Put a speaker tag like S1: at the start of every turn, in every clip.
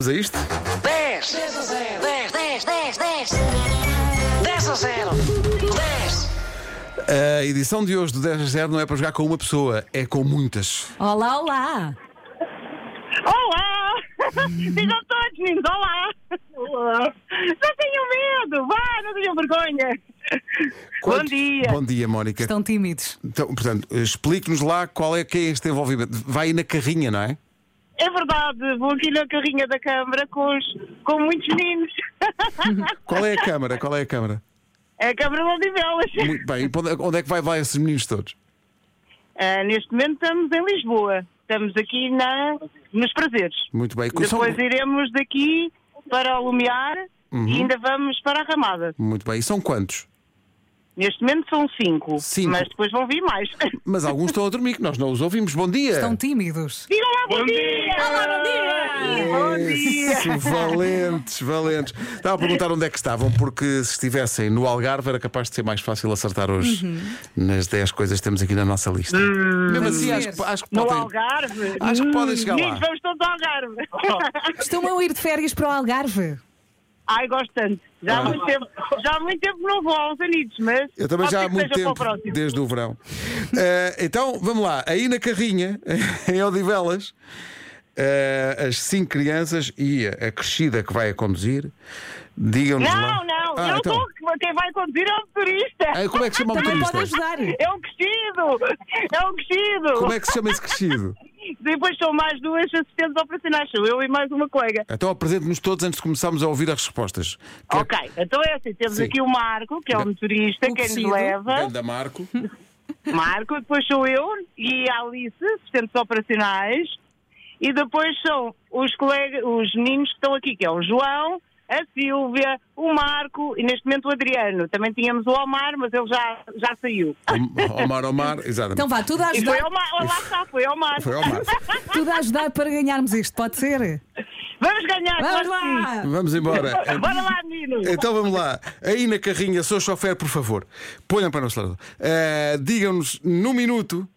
S1: Vamos a isto?
S2: 10 a 0. 10, 10, 10, 10. 10 a 0. 10.
S1: A edição de hoje do 10 a 0 não é para jogar com uma pessoa, é com muitas.
S3: Olá, olá!
S4: Olá! Sejam todos meninos, olá! Olá! Não tenham medo, vá, não tenham vergonha! Bom
S1: Quantos-
S4: dia!
S1: Bom dia, Mónica.
S3: Estão tímidos.
S1: Então, portanto, explique-nos lá qual é que é este envolvimento. Vai na carrinha, não é?
S4: É verdade, vou aqui na carrinha da Câmara com, os, com muitos meninos.
S1: Qual é a câmara? Qual é a câmara?
S4: É a Câmara de Odivelas.
S1: Muito bem. E para Onde onde é que vai lá esses meninos todos?
S4: Ah, neste momento estamos em Lisboa. Estamos aqui na, nos prazeres.
S1: Muito bem. Co- são-
S4: Depois iremos daqui para o Lumiar
S1: Uhum.
S4: e ainda vamos para a Ramada.
S1: Muito bem. E são quantos?
S4: Neste momento são cinco,
S1: Cinco.
S4: mas depois vão vir mais.
S1: Mas alguns estão a dormir, que nós não os ouvimos. Bom dia!
S3: Estão tímidos.
S4: Digam lá bom, dia! Olá, bom dia! Bom dia!
S1: Isso, valentes, valentes. Estava a perguntar onde é que estavam, porque se estivessem no Algarve era capaz de ser mais fácil acertar hoje nas 10 coisas que temos aqui na nossa lista. Mesmo assim,
S3: Vamos
S1: acho,
S3: ver.
S1: que- acho que
S4: Uhum. No
S1: podem.
S4: Algarve?
S1: Acho que podem chegar lá. Oh. é
S4: Meninos, vamos todos ao Algarve.
S1: um-
S3: Estão a ir de férias para o Algarve.
S4: Ai, gosto tanto. Já,
S1: Ah.
S4: há muito tempo, já há muito tempo não vou aos Anidos, mas.
S1: Eu também
S4: pode
S1: já
S4: ser
S1: há
S4: que
S1: muito
S4: seja para
S1: tempo,
S4: o próximo.
S1: desde o verão. Eh, então, vamos lá. Aí na carrinha, em Odivelas, eh, as cinco crianças e a a crescida que vai a conduzir, digam-nos lá.
S4: Não, não,
S1: Ah,
S4: eu
S1: então.
S4: estou. Quem vai conduzir é o motorista.
S1: Ah, como é que se chama o
S3: Também
S1: motorista?
S3: pode ajudar.
S4: É um crescido! É um crescido!
S1: Como é que se chama esse crescido?
S4: Depois são mais duas assistentes operacionais, sou eu e mais uma colega.
S1: Então apresente-nos todos antes de começarmos a ouvir as respostas. Quer-
S4: Ok, então é assim: temos
S1: Sim.
S4: aqui o Marco, que é o motorista,
S3: O
S4: quem
S3: crescido.
S4: nos leva.
S1: Ganda Marco.
S4: Marco, depois sou eu e a Alice, assistentes operacionais, e depois são os colegas, os meninos que estão aqui, que é o João, a Silvia, o Marco e neste momento o Adriano. Também tínhamos o Omar, mas ele já, já saiu.
S1: Omar, Omar, exatamente.
S3: Então vá, tudo a
S4: E foi
S3: ajudar,
S4: ao Mar, oh, lá está, foi ao Mar.
S1: Foi Omar.
S3: tudo a ajudar para ganharmos isto, pode ser?
S4: Vamos ganhar,
S3: Vamos
S4: claro que sim.
S3: lá!
S1: Vamos embora.
S4: Bora lá, meninos.
S1: Então vamos lá. Aí na carrinha, sou chofer, por favor. Ponham para o nosso lado. Eh, Digam-nos, num minuto,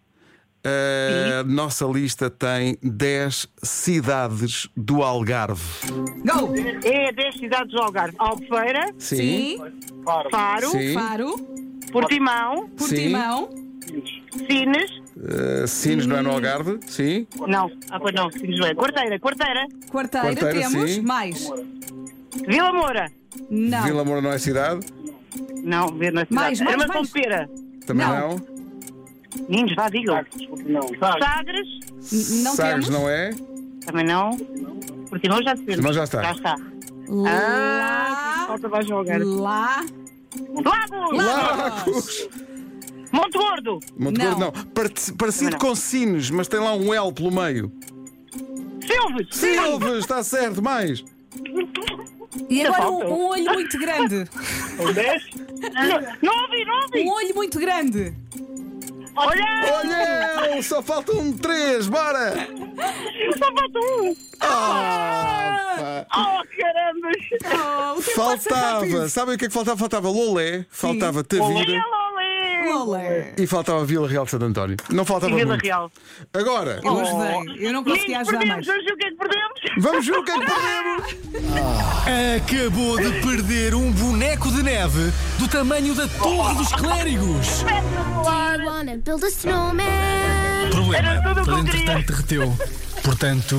S1: eh, nossa lista tem 10 cidades do Algarve.
S3: Go!
S1: Então-
S4: É 10 cidades do Algarve. Albufeira,
S3: Sim,
S4: Faro,
S1: Sim.
S3: Faro,
S4: Portimão,
S3: Portimão,
S4: Sines,
S1: Eh, Sines não é no
S3: Hum.
S1: Algarve? Sim.
S4: não, ah, pois não, Sines não é. Quarteira, Quarteira,
S3: Quarteira,
S1: Quarteira,
S3: temos
S1: sim.
S3: mais.
S4: Vila Moura.
S3: Não.
S1: Vila Moura não é cidade?
S4: Não, ver na cidade.
S3: Mais, mais,
S4: Armação
S3: mais.
S4: de pera.
S1: Também
S3: Não.
S1: não.
S4: Meninos, vá, digam. Sagres.
S3: N- não
S1: Sagres
S3: temos.
S1: não é?
S4: Também não. Portimão já se
S1: Portimão já está.
S4: Já está. Ah,
S3: Lá,
S4: falta mais jogar.
S3: lá,
S4: Lagos.
S3: Ah!
S1: Lagos!
S4: Monte Gordo.
S1: Monte Gordo
S3: Não.
S1: não. Parte- Parecido
S4: Também não.
S1: com Sines, mas tem lá um L pelo meio.
S4: Silves.
S1: Silves, está certo, mais.
S3: e agora um,
S4: falta.
S3: um olho muito grande.
S4: Não, não ouvi, não ouvi.
S3: Um olho muito grande.
S4: Olha,
S1: Olha, só falta um 3, bora!
S4: só falta um.
S1: Ah, pá.
S4: Oh, caramba.
S3: Oh,
S1: é
S3: o tempo passa
S1: faltava,
S3: rápido.
S1: sabem o que é que faltava? Faltava Lolé, faltava Tavira
S4: Olá, olé.
S3: Olé.
S1: e faltava Vila Real de Santo António. Não faltava
S4: E Vila
S1: muito.
S4: Real.
S1: Agora,
S3: Eu ajudei. Eu não consegui
S4: Meninos,
S3: ajudar mais.
S4: perdemos. Hoje o que é que perdemos?
S1: vamos ver o que é que perdemos.
S5: Acabou de perder um boneco de neve do tamanho da Torre dos Clérigos.
S6: Do you wanna build a snowman?
S5: Problema,
S4: Era tudo o que eu
S5: mas
S4: queria.
S5: entretanto derreteu. Portanto.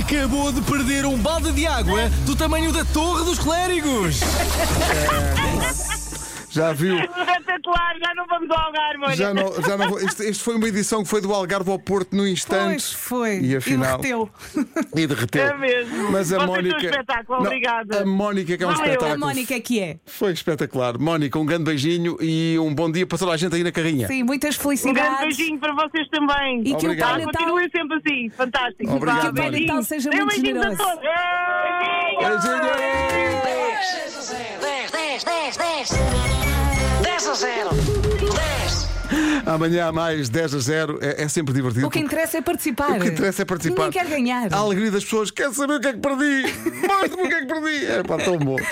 S5: Acabou de perder um balde de água do tamanho da Torre dos Clérigos.
S1: Já viu?
S4: Espetacular, já não vamos ao Algarve, olha.
S1: Já não, já não vou. Este, este foi uma edição que foi do Algarve ao Porto no instante.
S3: Pois foi.
S1: E afinal.
S3: derreteu.
S1: E derreteu.
S4: É mesmo.
S1: Mas a
S4: Vocês são
S1: Mónica.
S4: um espetáculo,
S1: Não,
S4: obrigada.
S1: A Mónica, que é um
S4: Valeu.
S3: A
S1: espetáculo.
S3: Mónica que é.
S1: Foi espetacular. Mónica, um grande beijinho e um bom dia para toda a gente aí na carrinha.
S3: Sim, muitas
S4: Um grande
S3: felicidades.
S4: beijinho para vocês também.
S3: E que o
S1: Obrigado.
S3: Pai
S4: Ah,
S3: Natal
S4: continuem sempre assim, fantástico.
S1: Obrigado,
S3: Que o Pai
S1: Mónica.
S3: Natal seja
S4: Dê um
S3: muito
S4: beijinho a
S3: generoso.
S4: todos.
S1: Beijinho!
S2: 10 a 0. 10, 10, 10, 10. 10 a 0. 10.
S1: Amanhã há mais 10 a 0. É, é sempre divertido.
S3: O que interessa é participar.
S1: O que interessa é participar.
S3: Ninguém quer ganhar.
S1: A alegria das pessoas quer saber o que é que perdi. Mostra-me o que é que perdi. É pá, tão bom.